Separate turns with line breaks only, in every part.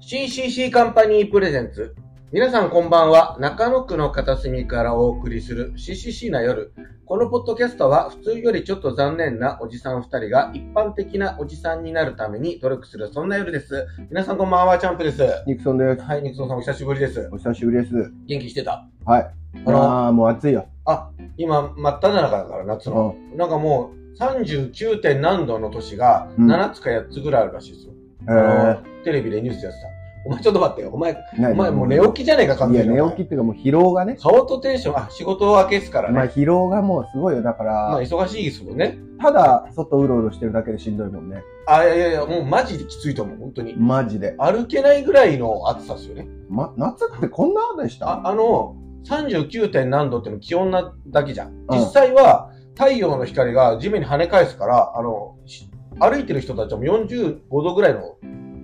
CCC カンパニープレゼンツ。皆さんこんばんは。中野区の片隅からお送りする CCC な夜。このポッドキャストは普通よりちょっと残念なおじさん2人が一般的なおじさんになるために努力するそんな夜です。皆さんこんばんは、チャンプです。
ニクソンです。
はい、ニクソンさんお久しぶりです。
お久しぶりです。
元気してた
はい。
あの、
ああ、もう暑いよ。
あ、今、真っ只中だから、夏の。なんかもう、39. 点何度の年が
うん
7つか8つぐらいあるらしいですよ。
え
あのテレビでニュースやってた。お前ちょっと待ってよ。お前、
ー、
お前もう寝起
き
きじゃねえか、完
いや、
全に。
寝起きっていうかもう疲労がね。
顔とテンション、あ、仕事を明けすから
まあ
ね。
疲労がもうすごいよ。だか
まあ、
ら、
忙しいですもんね。
ただ外うろうろしてるだけでしんどいもんね。
あ、いやいやいや、もうマジできついと思う、本当に。
マジで。
歩けないぐらいの暑さですよね。
ま、夏ってこんなでし
あ
た
あの、39. 点何度っていうの気温なだけじゃん。
うん
実際は、太陽の光が地面に跳ね返すから、あの、し歩いてる人たちはもう45度ぐらいの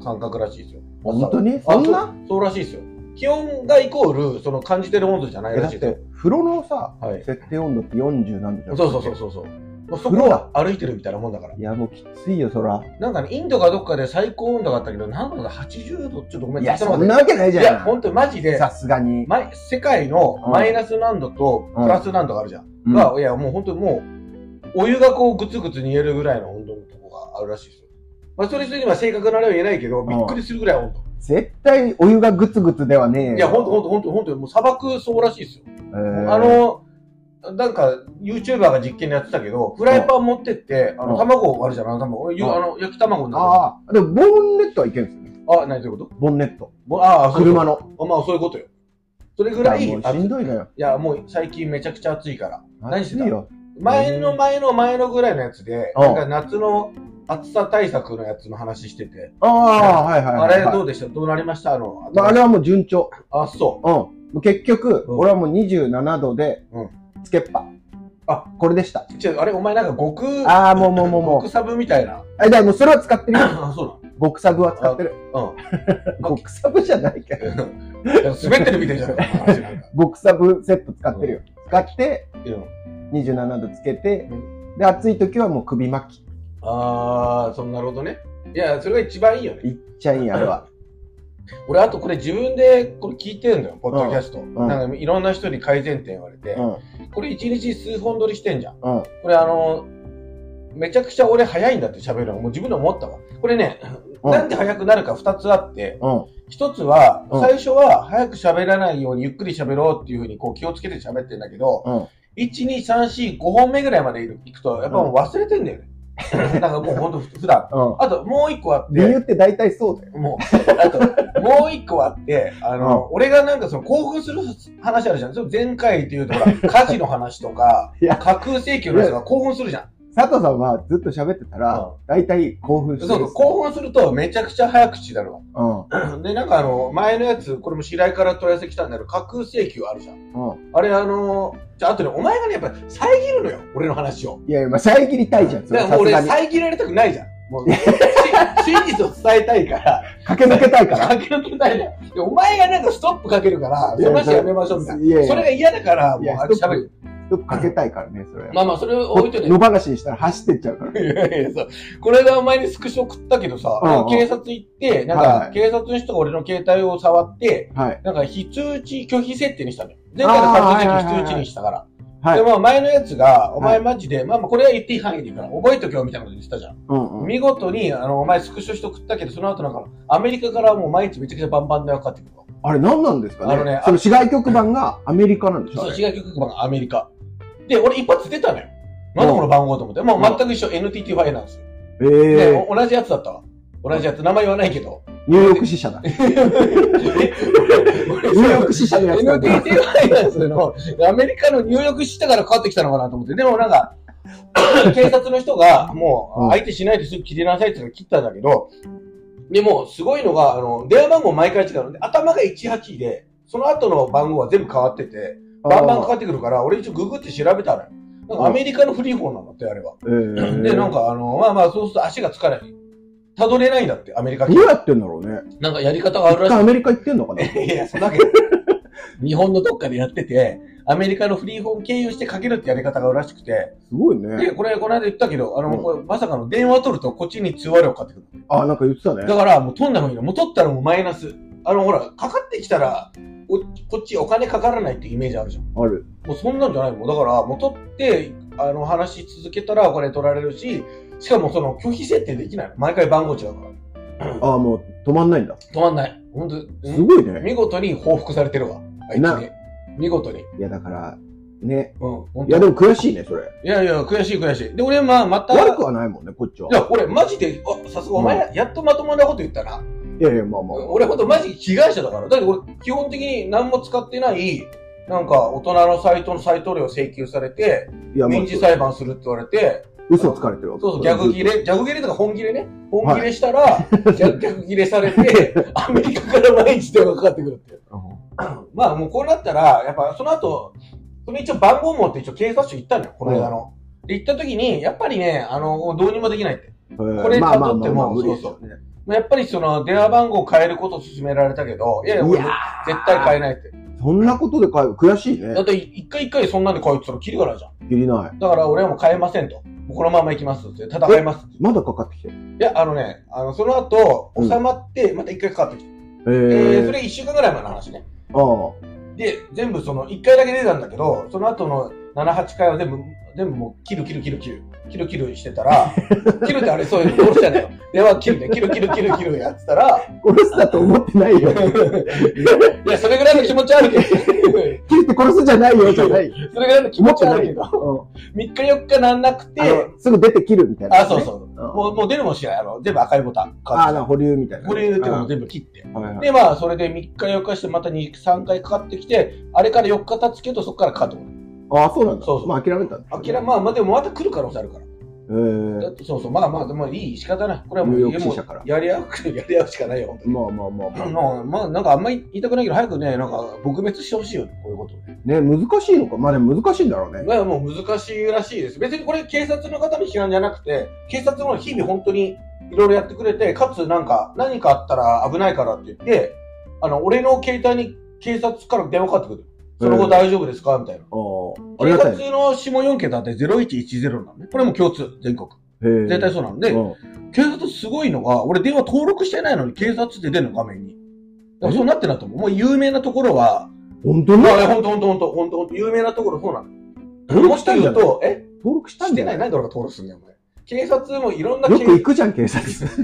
感覚らしいですよ。
本当に
あ
そんな
そうそうらしいですよ。気温がイコール、その感じてる温度じゃない
えだ
ら
っ
しいです
て風呂のさ、
よ。はい。
設定温度って40なんでしょ
そうそうそうそうそう。まあ、そこ
風呂
は
だ
歩いてるみたいなもんだから。
いや、もうきついよ、そら。
なんかね、インドかどっかで最高温度があったけど、何度だ、80度、ちょっとごめん
いや、
ちょっと
そ
待
ん
っ
なわけない
て
じ
いや、
ゃん。
本当にマジで、
さすがに。
ま、世界のマイナス何度と
うん
プラス何度があるじゃん。
うん
がいや、もう本当にもう、お湯がこうグツグツ煮えるぐらいの温度のとこがあるらしいですよ。まあ、それについては正確なあれは言えないけど、びっくりするぐらい温
絶対お湯がグツグツではねえ
度。
よ。
いや、本当本当本当本当もう砂漠そうらしいですよ。
えー
あの、なんか、YouTuber が実験でやってたけど、フライパン持ってって、あ
う
の、
ん
卵あるじゃん、あの卵。俺ゆ
うん
あの、焼き卵の中
ああ、でもボンネットはいけるんですよね。
に。あ、何ということ
ボンネット。
もうああ、そうそう
車の。
あまあそういうことよ。それぐらい
もう、
あ
しんどいのよ。
いや、もう最近めちゃくちゃ暑いから。何してた
暑いよ。
前の前の前のぐらいのやつで、
うん
なんか夏の暑さ対策のやつの話してて、
ああ、はいはい
あ
はい、
れ
はい。
どうでしたどうなりましたあの、
まあ、あれはもう順調。
あ、そ
うん。結局、
うん
俺はもう27度で
う、
つけっぱ。
あ、
これでした。
う。ちょ、あれお前なんか極、
ああ、もうもうもうも
極
う。
サブみたいな。
え、だからもうそれは使ってるよ。
あ、そ
極サブは使ってる。
うなの。
極サブじゃないけど。
うん。 なんか滑ってるみたいじゃないか話なんか。
極サブセット使ってるよ。使って、
うん
27度つけて
う、
で、暑い時はもう首巻き。
あー、そんなるほどね。いや、それが一番いいよね。
いっちゃいい、あれは。
俺、あとこれ自分でこれ聞いてるんだよ、ポッドキャスト。
ん
なんかいろんな人に改善点言われて
う、ん。
これ一日数本撮りしてんじゃん。
うん。
これあの、めちゃくちゃ俺早いんだって喋るのがもう自分で思ったわ。これね、
うん
なんで早くなるか二つあって、
うん。
一つは、
うん
最初は早く喋らないようにゆっくり喋ろうっていうふうにこう気をつけて喋ってんだけど、
うん。
1、2、3、4、5本目ぐらいまで行くと、やっぱもう忘れてんだ よね。だからもうほんと普段。
うん。
あともう一個あっ
理由
て、
って大体そうだよ。
もう、あと、もう一個あって、あの、俺がなんかその興奮する話あるじゃん。その前回っていうとほら、家 事の話とか
いや、
架空請求の話とか興奮するじゃん。
佐藤さんはずっと喋ってたら
う、
大体興奮して
そうそう、興奮するとめちゃくちゃ早口だろ。で、なんかあの、前のやつ、これも白井から問い合わせ来たんだけど、架空請求あるじゃん。
うん。うん。
あれあのじゃあ、あとね、お前がね、やっぱり遮るのよ、俺の話を。
いやいや、まあ、遮りたいじゃん。それ
だから
は
もう
さす
俺
がに。
遮られたくないじゃん。も う、し真実を伝えたいから、
駆け抜けたいから。
駆け抜けたいじゃん。でお前がなんかストップかけるから、その話やめましょうみたいな。
いやいや
それが嫌だから、も
いうや、
あ
ス
れ
ト
喋
ッ
る。
プ、ストップかけたいからね、それは。
まあまあ、それを置いといて。
野放しにしたら走ってっちゃうから。
いやいや、そう。これでお前にスクショ送ったけどさ、
うんうん
警察行って、なん
はい
か
は、い
警察の人が俺の携帯を触って、
はい。
なんか、非通知拒否設定にしたのよ。前回のカッ
あーはい
ト
はい
時
は
期
い
非通知にしたから。
はい
で、まあ、前のやつが、お
は
前
い
マジで、まあまあ、これは言っていい範囲でいいから、覚えとけよみたいなこと言ってたじゃん。
うんうん。
見事に、あの、お前スクショしとくったけど、その後なんか、アメリカからもう毎日めちゃくちゃバンバン電話かかってくるわ。
あれ何なんですかね
あのね
その市外局番がアメリカなんでしょ
そう、
あれ
違う局番がアメリカ。で、俺一発出たのよ。なんでこの番号と思って。もう全く一緒、NTT ファイナンス。
え
で
え、
お同じやつだったわ。同じやつ、名前言わないけど。
ニューヨーク支社 だ。ニューヨーク支社のやつなん
NTT
だ。
ファイナンスのアメリカの入力したからかかってきたのかなと思って、でもなんか、警察の人がも
う
うん相手しないですぐ切りなさいっていうのを切ったんだけど、でもすごいのが、あの、電話番号毎回違うので、頭が18で、その後の番号は全部変わってて、バンバンかかってくるから、俺一応ググって調べたのよ。なんかアメリカのフリー法なんだって、あれは。
えー
で、なんかあの、まあまあ、そうすると足がつかない。たどれないんだって、アメリカっ
ど
て
うやってんだろうね。
なんかやり方があ
一
るらしい
回アメリカ行ってんのかな
いや、そんなわけ。日本のどっかでやってて、アメリカのフリーホーム経由してかけるってやり方があるらしくて、
すごい
で、
ね。
これ、この間言ったけど、あの、
うん
これまさかの電話取るとこっちに通話料かかってくる。
あ、なんか言ってた
だ
ね。
から、もう取んだ方がいいの。もう取ったらもうマイナス。あの、ほら、かかってきたら、おこっちお金かからないってイメージあるじゃん。
ある。
もうそんなんじゃないもん。だから、もう取って、あの、話し続けたらお金取られるし、しかもその拒否設定できないの。毎回番号違うから。
あ、もう止まんないんだ。
止まんない。ほんと、
すごいね。
見事に報復されてるわ。あいつ
な
に。見事に。
いや、だから、ね。
うん。ほん
い
と
や、でも悔しいね、それ。
いやいや、悔しい悔しい。で、俺、まあ、また、
悪くはないもんね、こっちは。
いや、俺、マジで、あ、さすがお前、やっとまともなこと言ったな。
いやいや、まあまあ。
俺、ほんと、マジ被害者だから。だって、俺、基本的に何も使ってない、なんか、大人のサイトのサイト料請求されて、
いや、まあ
民事裁判するって言われて、
嘘つかれてるわ。
そうそう、ギャグ切れ、ギャグ切れとか本切れね。本切れしたら、ギャギャグ切れされ て、アメリカから毎日電話かかってくるっていう。
うん
まあ、もうこうなったら、やっぱ、その後、それ一応番号持って一応警察署行ったのよ、この間の。で、行った時に、やっぱりね、あの、どうにもできないって。これ
まあまあ
辿っ
ま
て
あ
も
まあ、無理です
そ
よね。
まあやっぱりその電話番号を変えることを勧められたけど、いやいや、
い
俺
や
絶対変えないって。
そんなことでか悔しい
だ
ね
っ。て一回一回そんなんで変えてたらキリがないじゃん。
切りない。
だから俺はもう変えませんと。もうこのまま行きますって。戦いますって。
まだかかってきてる。
いや、あのね、あの、その後、
うん
収まって、また一回かかってきて。
え
えー、そ
ー、
れ一週間ぐらい前の話ね。
ああ、
で、全部その、一回だけ出たんだけど、その後の7、8回は全部、全部もう、キルキルキルキル、キルキルしてた ら、キルってあれそういうの殺しじゃないよ。電話キルで、キルキルキルキルやってたら、
殺すだと思ってな いよ。
いや、それぐらいの気持ちあるけど、 そ
切って殺すじゃないよ、じゃない。
れぐらい の気
思
持
っ
ち
て
あ
な
る
い
けど、
よ。
3日4日なんなく
うんあ
て、
のすぐ出て切るみたいな。
あ、そうそう。
うん。
もう、もう出るもしない。あの、全部赤いボタン。
ああ、なんか保留みたいな。
これってこと
あ
を全部切って。
あはいはい
で、まあ、それで3日4日して、また2、3回かかってきて、あれから4日経つけど、そこからかかってこない。
ああ、そうなんだ。
そうそう
まあ諦めたんだ。
諦め、まあ、まあ、でもまた来る可能性あるから。
えー
だってそうそう、まあまあ、でもいい、仕方ない。これはもう、
ニューヨーク
も
支社から
うやり合う、 やり合うしかないよ、本当に。
まあまあまあまあ。
まあ、まあ、なんかあんまり言いたくないけど、早くね、なんか撲滅してほしいよね、こういうことをね。
ね、難しいのか。まあでも難しいんだろうね。
まあ、もう難しいらしいです。別にこれ警察の方の批判じゃなくて、警察も日々本当にいろいろやってくれて、かつなんか何かあったら危ないからって言って、あの、俺の携帯に警察から電話かかってくる。その後大丈夫ですかみたいな。
ああ、あり
警
がたいね。
察の下4桁って0110なのね。これも共通、全国。絶
絶
対そうなので、
うん。
警察すごいのが、俺電話登録してないのに警察って出るの、画面に。だからそうなってなと思う。もう有名なところは、
本当に
まあ、ほんとほんとほんと、ほんとほんと、有名なところそうなの。
登
も
録
し
した
か
んじ
言
ゃ
う
ない
と、え
登録した
し
ん
て
じゃ
な、
ないい
なんで俺が登録すんねん、お前。警察もいろんな
よ
警
く行くじゃん、警察。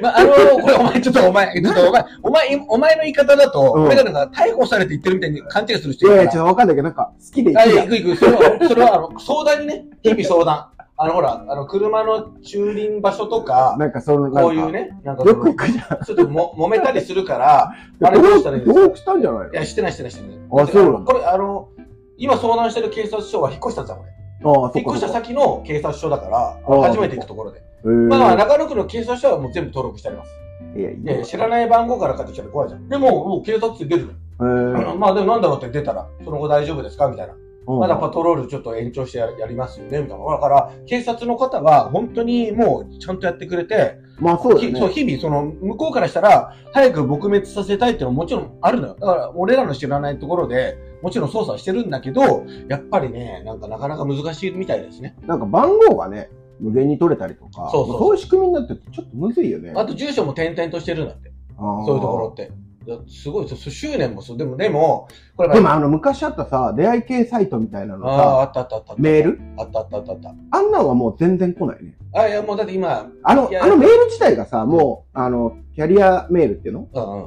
まあ、あのこれお前、ちょっとお前、ちょっとお前、お前、お前の言い方だと、
うん
俺がなんか逮捕されて言ってるみたいに勘違いする
い
人いる
やいや、
か
ち
ら。
ょっとわかんないけど、なんか、好きで行
あ
く
い
じゃ
や、
ん
行。く行く。それは、それは、あの、相談にね、日々相談。あの、ほら、あの、車の駐輪場所とか、
なんか、その、なんか、
こういうね、なんかそ
よく行
の、
くじゃん。
ちょっとも 揉めたりするから、あれどうしたらいいですか
登録したんじゃない
いや、してないしてないしてない。
あそうなんだ
これ、あの、今相談してる警察署は引っ越したじゃん、俺。
のああ、そっ
引っ
か
越し
そ
た
っか。
先の警察署だから、
あ
初めて行くところで。
えー
まあ、中野区の警察署はもう全部登録してあります。
いや、いい
ね
よ。
知らない番号からかってきたら怖いじゃん。でも、もう警察って出る
えー
の。まあでもなんだろうって出たら、その後大丈夫ですかみたいな。
うん
まだパトロールちょっと延長してややりますよねみたいな。だから、警察の方は本当にもうちゃんとやってくれて、
まあ、そうだよ
ひそう
ね。
日々、その、向こうからしたら、早く撲滅させたいっていうのももちろんあるのよ。だから、俺らの知らないところで、もちろん捜査してるんだけど、やっぱりね、なんかなかなか難しいみたいですね。
なんか、番号がね、無限に取れたりとか、
そうそう
そういう仕組みになってるとちょっとむずいよね。
あと、住所も転々としてるんだって。
あー
そういうところって。いやすごい、そうそう執念もそう。でも、でも、これ
でもあの昔あったさ、出会い系サイトみたいなの
ああ、
さ、
あったあったあった。
メール
あったあったあったあった。
あんなんはもう全然来ないね。
あ、いや、もうだって今、
あの
い、や
あのメール自体がさ、もう、あの、キャリアメールっていうの
うんうん、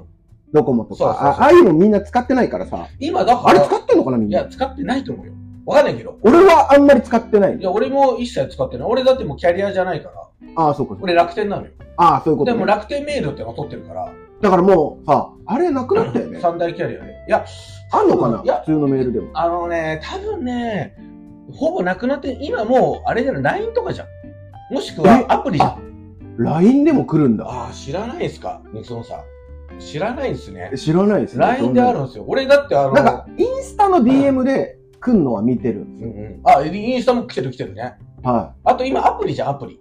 ドコモと
そう
か、
そうそう
あああいうのみんな使ってないからさ、
今だか
あ
ら、
れ使ってんのかなみん
いや、
な。
使ってないと思うよ。わかんないけど。
俺はあんまり使ってない
い
の。
や、俺も一切使ってない。俺だってもうキャリアじゃないから、
ああ、そうかそうか。
俺楽天なのよ。
ああ、そういうこ
で
と
も
ね。
楽天メールってのを取ってるから、
だからもうさ、あれなくなったよね。
三大キャリアで。いや、
あんのか
いや
な普通のメールでも。
あのね、多分ね、ほぼなくなって、今もう、あれじゃない、LINE とかじゃん。もしくは
え
アプリじゃん。
LINE でも来るんだ。
ああー、知らないですか、ニクソンさん。知らないですね。
知らないですね。
LINE であるんですよ。俺だってあの、
なんか、インスタの DM で来んのは見てるんです
うん
よ。
うん。あ、インスタも来てる来てるね。
は
あと今アプリじゃん、アプリ。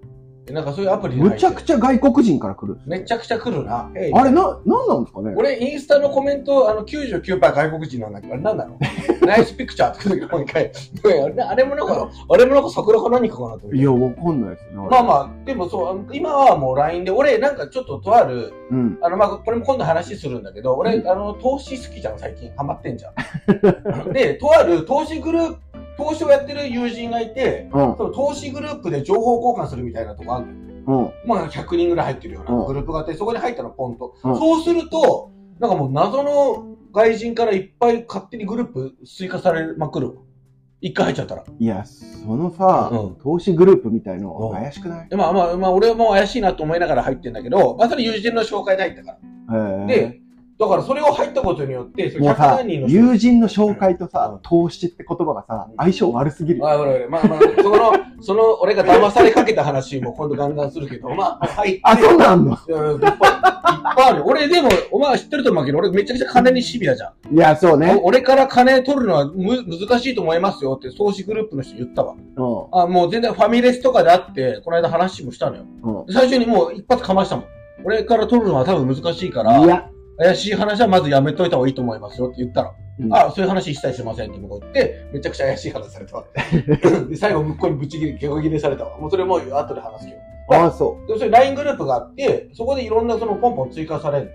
なんかそういうアプリに入っ
む
て
ちゃくちゃ外国人から来る。
めちゃくちゃ来るな。えい
あれ、な、なんなんですかね
俺、インスタのコメント、あの、99%外国人なんだけど、あれなんだろうナイスピクチャーって書いてある一回。ねあれあれもなんか、あれもなんか桜か何かかなと思って
いや、わかんないですね。
まあまあ、でもそうあの、今はもう LINE で、俺なんかちょっととある、
あ。うん。
あの、まあ、これも今度話するんだけど、俺、
うん
あの、投資好きじゃん、最近。ハマってんじゃん。 で、とある投資グループ、投資をやってる友人がいて、
うん。
その投資グループで情報交換するみたいなとこあるのよ。
うん。
まあ、100人ぐらい入ってるよう
う
なんグループがあって、そこに入ったのポンと。
うん
そうすると、なんかもう謎の外人からいっぱい勝手にグループ追加されまくるわ。一回入っちゃったら。
いや、そのさ、
うん
投資グループみたいの
うん
怪しくない、
でまあまあ、まあ、俺も怪しいなと思いながら入ってんだけど、まあ、それ友人の紹介で入ったから。
ええ
で、だからそれを入ったことによって、その
もう
100
さ
何、人の人
友人の紹介と
うん
さ、投資って言葉がさ
うん、
相性悪すぎる。
まあ、ほらほらまあまあ、そこの、 その、俺が騙されかけた話も今度ガンガンするけど、まあ、はい。
あ、そうなんの
うんいっぱいいっぱいあるよ。俺でも、お前は知ってると思うけど、俺めちゃくちゃ金にシビアじゃん。
いや、そうね。
お俺から金取るのはむ難しいと思いますよって、投資グループの人言ったわ。
う
あ、もう全然ファミレスとかで会って、この間話もしたのよ。
ん。う
最初にもう一発かましたもん。俺から取るのは多分難しいから
ん。い、や、
怪しい話はまずやめといた方がいいと思いますよって言ったら、
うん
あそういう話一切しませんって向こう言って、めちゃくちゃ怪しい話された わ。で最後向こうにぶち切れ、ギャ切れされたわ。もうそれもう後で話すけど。
あ、そ
で、それ LINE グループがあって、そこでいろんなそのポンポン追加される。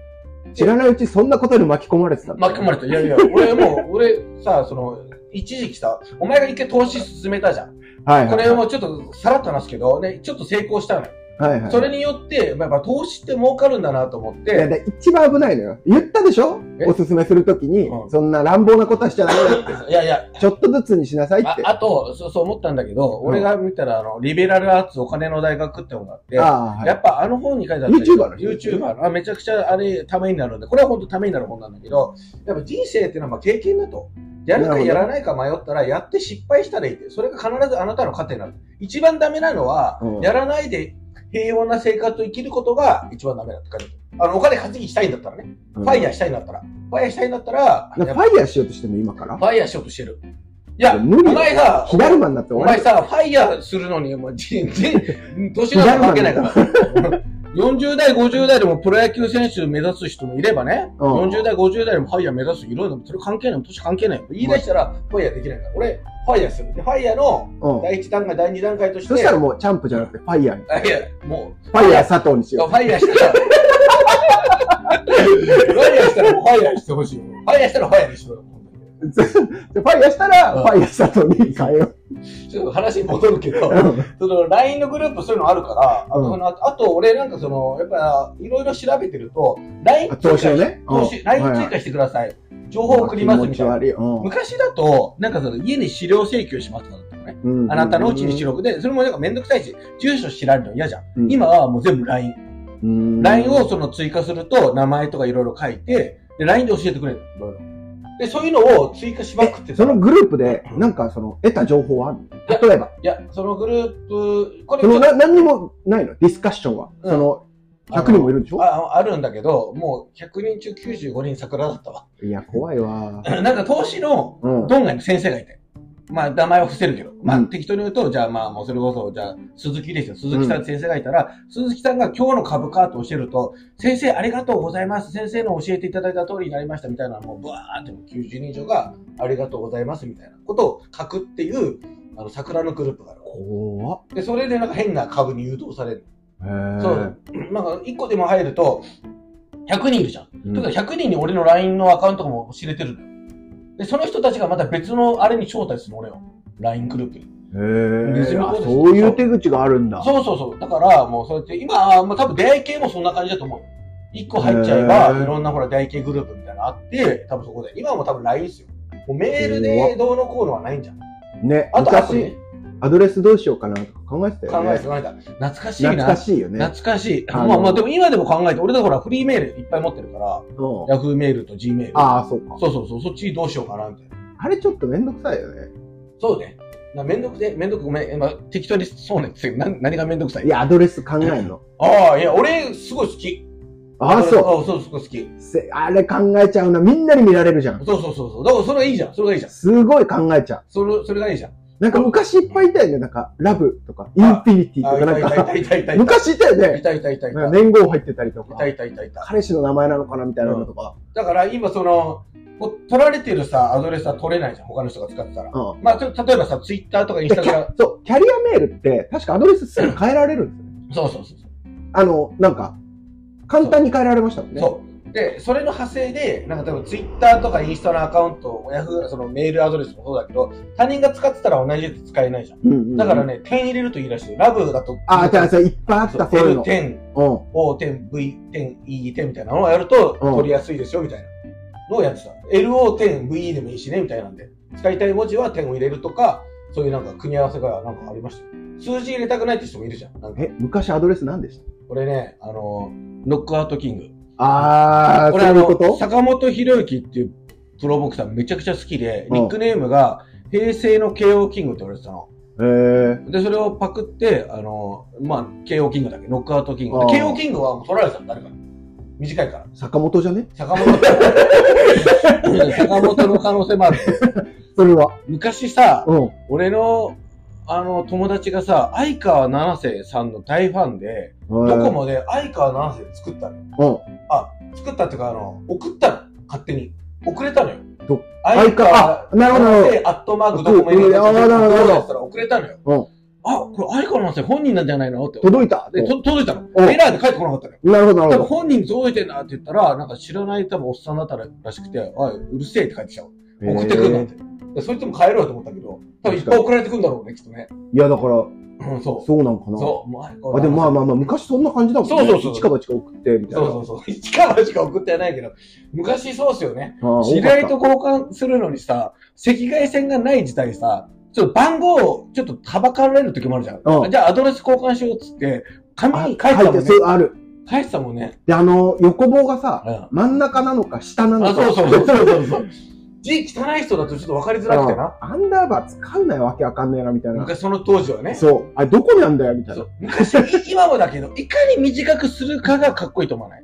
う。知らないうちそんなことに巻き込まれてたんだ
巻き込まれた。いやいや、 俺もう、俺さ、その、一時期さ、お前が一回投資進めたじゃん。
はい
こ
はい
れもちょっとさらっと話すけど、ね、ちょっと成功したのよ。
はいはい。
それによって、まあやっぱ投資って儲かるんだなと思っ
い
て、
やだ一番危ないのよ。言ったでしょ
え
おすすめするときに、
うん
そんな乱暴なことはしちゃダメだって。
いやいや、
ちょっとずつにしなさいって。
ああとそう、そう思ったんだけど、
うん
俺が見たら、あの、リベラルアーツお金の大学ってのがあって、
ああ、は
や
い。
っぱあの本に書いてあった
YouTuber の人ですよね
YouTuber のあめちゃくちゃあれ、ためになるんで、これは本当ためになる本なんだけど、やっぱ人生っていうのはまあ経験だと。やる
な
か
るほど
やらないか迷ったら、やって失敗したらいいって。それが必ずあなたの糧になる。一番ダメなのは、
うん
やらないで平穏な生活を生きることが一番ダメだって書いてある。あの、お金稼ぎしたいんだったらね。
うん
ファイヤーしたいんだったら。ファイヤーしたいんだったら、
な
やっ
フ
ぱ
ァイヤーしようとしてんの、今から
フ。ァイヤーしようとしてる。いや、お
無理よ
前が、
火だるまになって
お
終わ
前
り。
さ、ファイヤーするのに、もう、じ、じ、年なんか関係ない から。40代、50代でもプロ野球選手目指す人もいればね、
うん
40代、50代でもファイヤー目指す人いるのそれ関係ない、年関係ない。言い出したら、ファイヤーできないから。俺、ファイヤーする。で、ファイヤーの
うん。
第一段階、第二段階として、
そしたらもう、チャンプじゃなくて、ファイヤーに。
あいや、も
ファイヤー佐藤にし
う、
よ
ファイヤーしたら、 ファイヤーしたらもうファイヤーしてほしいよ。ファイヤーしたらファイヤーにしろよ。
う。でファイヤーしたら、
う
フ
ん
ァイヤー佐藤に変えよう。
ちょっと話に戻るけど、
うん
その LINE のグループそういうのあるから、あ
うん
そのあとあと俺なんかその、やっぱいろいろ調べてると、LINE
あ
追加
投資を
し
ね。
投資 LINE 追加してください。情報送りますみたいな。
いうん
昔だと、なんかその家に資料請求しますとかだったのね。
うん
あなたのうちに資料で、それもなんかめんどくさいし、住所知られるの嫌じゃん。
うん
今はもう全部 LINE。
うん
LINE をその追加すると、名前とかいろいろ書いて、で、LINE で教えてくれるのいろいろで、そういうのを追加しまくって
え
た
そのグループで、なんかその、得た情報はある例えば。
いや、そのグループ、これ
その、な、何にもないのディスカッションは。
うん
その、100人もいるんでしょ
ああるんだけど、もう100人中95人桜だったわ。
いや、怖いわ。
なんか投資の
うん。
ドンガイの先生がいて。まあ、名前は伏せるけど。まあ、
うん
適当に言うと、じゃあまあ、もうそれこそ、じゃあ、鈴木ですよ。鈴木さんって先生がいたら、鈴木さんが今日の株価と教えると、先生ありがとうございます。先生の教えていただいた通りになりましたみたいなのを、ブワーって90人以上が、ありがとうございますみたいなことを書くっていう、あの、桜のグループがある。
怖っ。
で、それでなんか変な株に誘導される。
へー
そう。なんか、1個でも入ると、100人いるじゃん。
うん
だから100人に俺の LINE のアカウントも知れてるのよ。で、その人たちがまた別のあれに招待するの、俺を。LINE グループに。
へー
リズム
あ
コード
そういう手口があるんだ。
そうそうそう。だから、もうそうやって、今は、まあ、多分出会い系もそんな感じだと思う。1個入っちゃえ
へ
ば、
ー
いろんなほら出会い系グループみたいなのあって、多分そこで。今も多分 LINE ですよ。もうメールでどうのこうのはないんじゃん。
ね、
あとアプリ
昔
ね、
アドレスどうしようかなとか考えてた
考
よね。
えて考えた。懐かしい
懐
な
か。しいよね。
懐かしい。
あの
まあまあ、でも今でも考えて、俺だからフリーメールいっぱい持ってるから、
うん
Yahoo メールと G メール。
ああ、そうか。
そうそうそう、そっちどうしようかな、みたいな。
あれちょっとめんどくさいよね。
そうね。なめんどくせ、めんどくごめん。えまあ、適当にそうねってな何がめんどくさい
いや、アドレス考えんの。
ああ、いや、俺、すごい好き。
ああ、そ
あそう、すごい好き。
う。せあれ考えちゃうな。みんなに見られるじゃん。
そうそうそう。そうだから、それがいいじゃん。それがいいじゃん。
すごい考えちゃ
それ、それがいいじゃん。
う。なんか昔いっぱいいたよね。なんか、ラブとか、インフィニティ
あ、
とか、
いた
ないん
たい
か、
たいたいたいた。
昔いたよ
い
ね。
たいたいたい
な
た
ん。か年号入ってたりと
い
か、
たいたいたいた。
彼氏の名前なのかなみたいなのとか。
だから今その、こう取られてるさ、アドレスは取れないじゃん。他の人が使ってたら。
うん。
まあ、ちょっと例えばさ、ツイッターとかインス
でキ
タグラム
ャそう、キャリアメールって、確かアドレスすぐ変えられるんですよ ね。
そうそうそうそう。
あの、なんか、簡単に変えられましたもんね。
そう。で、それの派生で、なんか多分ツイッターとかインスタのアカウント、ヤフー、そのメールアドレスもそうだけど、他人が使ってたら同じやつ使えないじゃん。
うんうんうん
だから。ね、点入れるといいらしいよ。ラブだと。
あ、じゃあ、
そう
そういっぱいあった、そういう
L
の。
点、
うん。
O 点、V 点、E 点みたいなのをやると、
うん
取りやすいですよ、みたいな。のをやってた。LO 点、VE でもいいしね、みたいなんで。使いたい文字は点を入れるとか、そういうなんか組み合わせがなんかありましたよ。数字入れたくないって人もいるじゃん。なんか
え、昔アドレス何でした
これね、あの、ノックアウトキング。
あー、
こ
そ
れ
う
あ
いうこ
の、
と
坂本博之っていうプロボクサーめちゃくちゃ好きで、
うん
ニックネームが平成の KO キングって言われてたの。
へー。
で、それをパクって、あの、まあ、KO キングだっけノックアウトキング。
あー
KO キングはもう取られてたんだ、誰かに。短いから。
坂本じゃね
坂本。坂本の可能性もある。
それは。
昔さ、
うん。
俺の、あの、友達がさ、相川七瀬さんの大ファンで、
ど
ドコモで相川七瀬作ったのよ。
うん。
あ、作ったっていうか、あの、送ったの。勝手に。送れたのよ。
ど
相川
あなるほどなるほど
でアットマークドコモに
あなるほどなるほど
やったら送れたのよ。
うん
あ、これ相川なんせ本人なんじゃないのって。
届いた
で、と届いたの。
うん
エラーで帰ってこなかったのよ。
なるほど、な
多
る
分
ほ
本人届いてんなって言ったら、なんか知らない多分おっさんだったららしくて、おい、うるせえって帰ってきたの。
ど。
送ってくるな
へ
っ
ー
て。でそいつも帰ろうよと思ったけど、多分いっぱい送られてくるんだろうね、きっとね。
いや、だから、
うん、そう。
そうなんかな。
そう、もう相川
あ、でもまあまあまあ、昔そんな感じだもんね。
そうそうそう
一か八か送って、みたい
そ
な。
うそうそう。一からしか送ってないけど、昔そうっすよね。
あー
知り合いと
多かっ
交換するのにさ、赤外線がない時代さ、ちょっと番号をちょっとはばかられる時もあるじゃん。
うん
じゃあアドレス交換しようっつって、紙
あ
に書いてたも
書
ん
い
ね
て。そうある。
書いてたもんね。
で、あの、横棒が
う
さ、
ん。
真ん中なのか下なのか。
あ、そうそうそう そうそうそう。字汚い人だとちょっと分かりづらくてな。
うんアンダーバー使うなよ、わけわかんねえな、みたいな。
昔その当時はね。
そう。あれ、どこにあんだよ、みたい
そ
な
う。昔、今もだけど、いかに短くするかがかっこいいと思わない。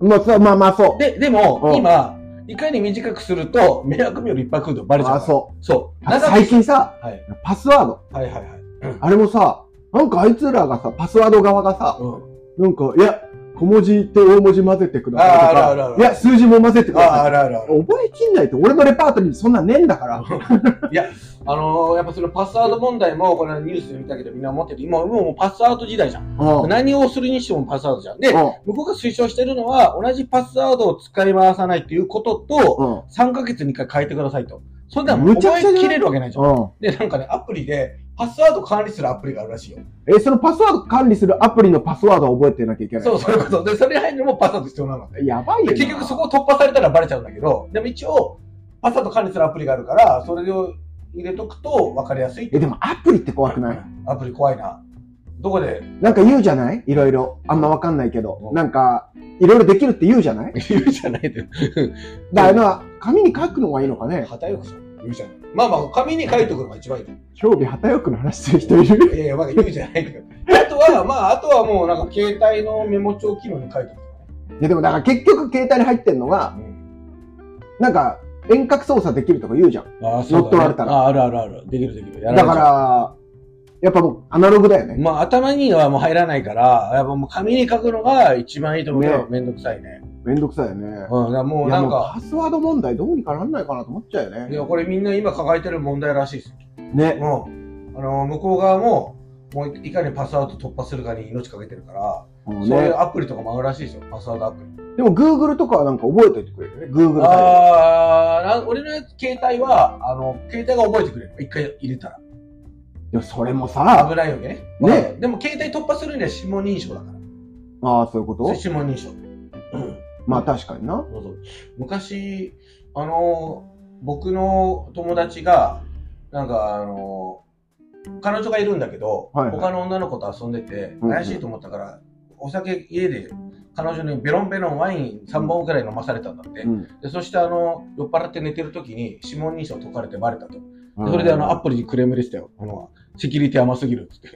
まあそう、まあまあ、そう。
で、でも、
うん
今、いかに短くすると、迷惑メールいっぱい来るとバレちゃうか
あ、
ら。。
そうう。あ
長く
最近さ、
はい
パスワード。
はいはいはい。
あれもさ、なんかあいつらがさ、パスワード側がさ、
うん。
なんか、いや、小文字と大文字混ぜてくださいと
ああるあるあ
か、
る
いや、数字も混ぜてくだ
あ、
さ
あ
い。
るあるある。
覚えきんないって、俺のレパートリーにそんなんねえんだから。
あのーやっぱそのパスワード問題も、このニュースで見たけど、みんな思ってる。今、もうパスワード時代じゃん。
うんうん
何をするにしてもパスワードじゃん。で、向こうが推奨してるのは、同じパスワードを使い回さないっていうことと、
うん
3ヶ月に1回変えてくださいと。そんなの
むちゃ
覚
くちゃじゃ
え
ない
きれるわけないじゃん。
うん
で、なんかね、アプリで、パスワード管理するアプリがあるらしいよ。
え、そのパスワード管理するアプリのパスワードを覚えてなきゃいけない。
そう、そういうこと。で、それに入るのもパスワード必要なの。
やばいよ
で
な。
結局そこを突破されたらバレちゃうんだけど、でも一応、パスワード管理するアプリがあるから、それを入れとくと分かりやすいって
え、でもアプリって怖くない
アプリ怖いな。どこで
なんか言うじゃないいろいろ。あんまわかんないけど
う。ん
なんか、いろいろできるって言うじゃない
言うじゃない で。
だからな、紙に書くのがいいのかね
旗よくさん言うじゃない。まあまあ、紙に書いとくのが一番いいと思
興味旗よくの話してる人いる
う。いやいや、まあ言うじゃないけど。あとは、まあ、あとはもうなんか携帯のメモ帳機能に書いとくとかね。
いやでもだから結局携帯に入ってんのが、なんか遠隔操作できるとか言うじゃん。
ああ、
そうだね乗っ取られたら
ああるあるある。できるできる。や
だか
れちゃ
ら、やっぱもうアナログだよ
う
ね。
まあ、頭にはもう入らないから、やっぱもう紙に書くのが一番いいと思うけど、
ね
めんどくさいね。
めんどくさいよね。
うん、だからもう
い
な
や
ん
もう
か、
パスワード問題どうにかなんないかなと思っちゃうよ
い
ね。
や、これみんな今抱えてる問題らしいです。
ね。
もう、あの、向こう側も、もういかにパスワード突破するかに命かけてるから、
もう
そうい
ね
うアプリとかもあるらしいですよ、パスワードアプリ。
でも Google とかはなんか覚えといてくれるよね。Google
あ
だ
ーな、俺のやつ携帯は、あの、携帯が覚えてくれる。一回入れた
でもそれも
ら。
さ、
危ないよね。
ね
まあでも携帯突破するには指紋認証だから。
ああ、そういうこと
指紋認証。うん。
まあ確かにな。
そうそう。昔、あの、僕の友達が、なんかあの、彼女がいるんだけど、
はいはい
他の女の子と遊んでて、
うん
怪しいと思ったから、お酒家で彼女にベロンベロンワイン3本くらい飲まされたんだって。
うん。
でそしてあの、酔っ払って寝てる時に指紋認証解かれてバレたと。でそれであの、アップルにクレームでしたよ。あの、セキュリティ甘すぎるっつっ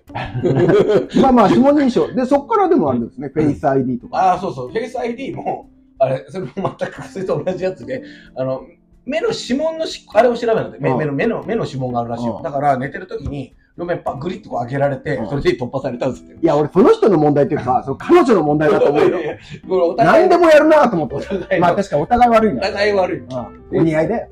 て。
まあまあ、指紋認証。で、そこからでもあるんですね。フェイス ID とか。
ああ、そうそう、フェイス ID も、あれ、それも全くそれと同じやつで、あの、目の指紋のし、あれを調べなくて、目
うん
目の、目の、目の指紋があるらしいよ
う。ん
だから、寝てる時に、嫁パッグリッとこう開けられて
う、ん
それで突破されたんですって。
いや、俺、その人の問題っていうか、その彼女の問題だと思うよ。
これお互い
何でもやるなと思って。
互いの
まあ、確かにお互い悪い
お
な。
互い悪い。
うんお似合いで。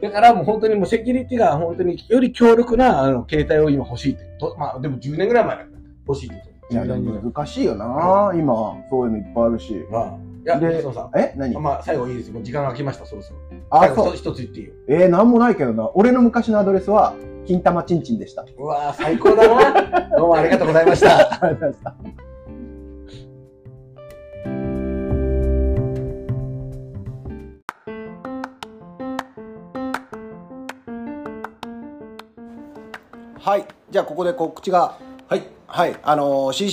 だからもう本当にもうセキュリティが本当により強力なあの携帯を今欲しいって。とまあでも10年ぐらい前だから欲しいって
い
言
や、
って
で
た。10年
も難しいよな今、そういうのいっぱいあるし。
まあ。いや、
で
水野さん。
え何
まあ最後いいですよ。もう時間が空きました、そろそろ。
あ、
最
そ
後
う。
一つ言っていいよ。
えー、なんもないけどな。俺の昔のアドレスは、金玉ちんちんでした。
うわー最高だ な。どうもありがとうございました。
ありがとうございました。はい。じゃあ、ここで告知が。はい。はい。あのー、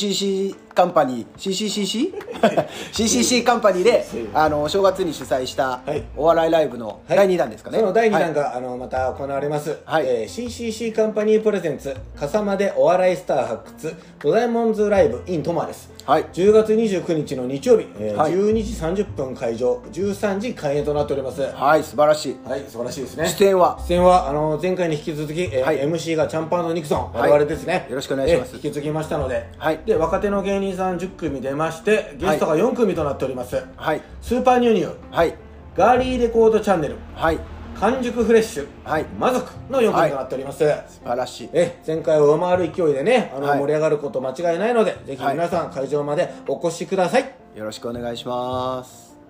CCC カンパニー、CCCC? CCC カンパニーで、あのー、正月に主催した
はい、
お笑いライブの
はい
第2弾ですかね。
その第2
はい
弾が、あのまた行われます、
はい
えー CCC カンパニープレゼンツ笠間でお笑いスター発掘ドラえもんズライブ in トマです
はい。
10月29日の日曜日、えー
はい
12時30分会場13時開演となっておりますは
はい、素晴らしい。
い素晴らしいですね
出演は
出演はあの前回に引き続き、えー
はい
MC がチャンパンのニクソン、
はい
我々ですね
よろしくお願いします
えー引き継ぎましたので、
はい
で若手の芸人さん10組出ましてゲストが4組となっております、
はい。
スーパーニューニュー
はい。
ガーリーレコードチャンネル
はい。
完熟フレッシュ
はい。
魔族の4組となっております、
素晴らしい。
え前回を上回る勢いでねあの
はい
盛り上がること間違いないので、ぜひ皆さん会場までお越しください、
よろしくお願いします。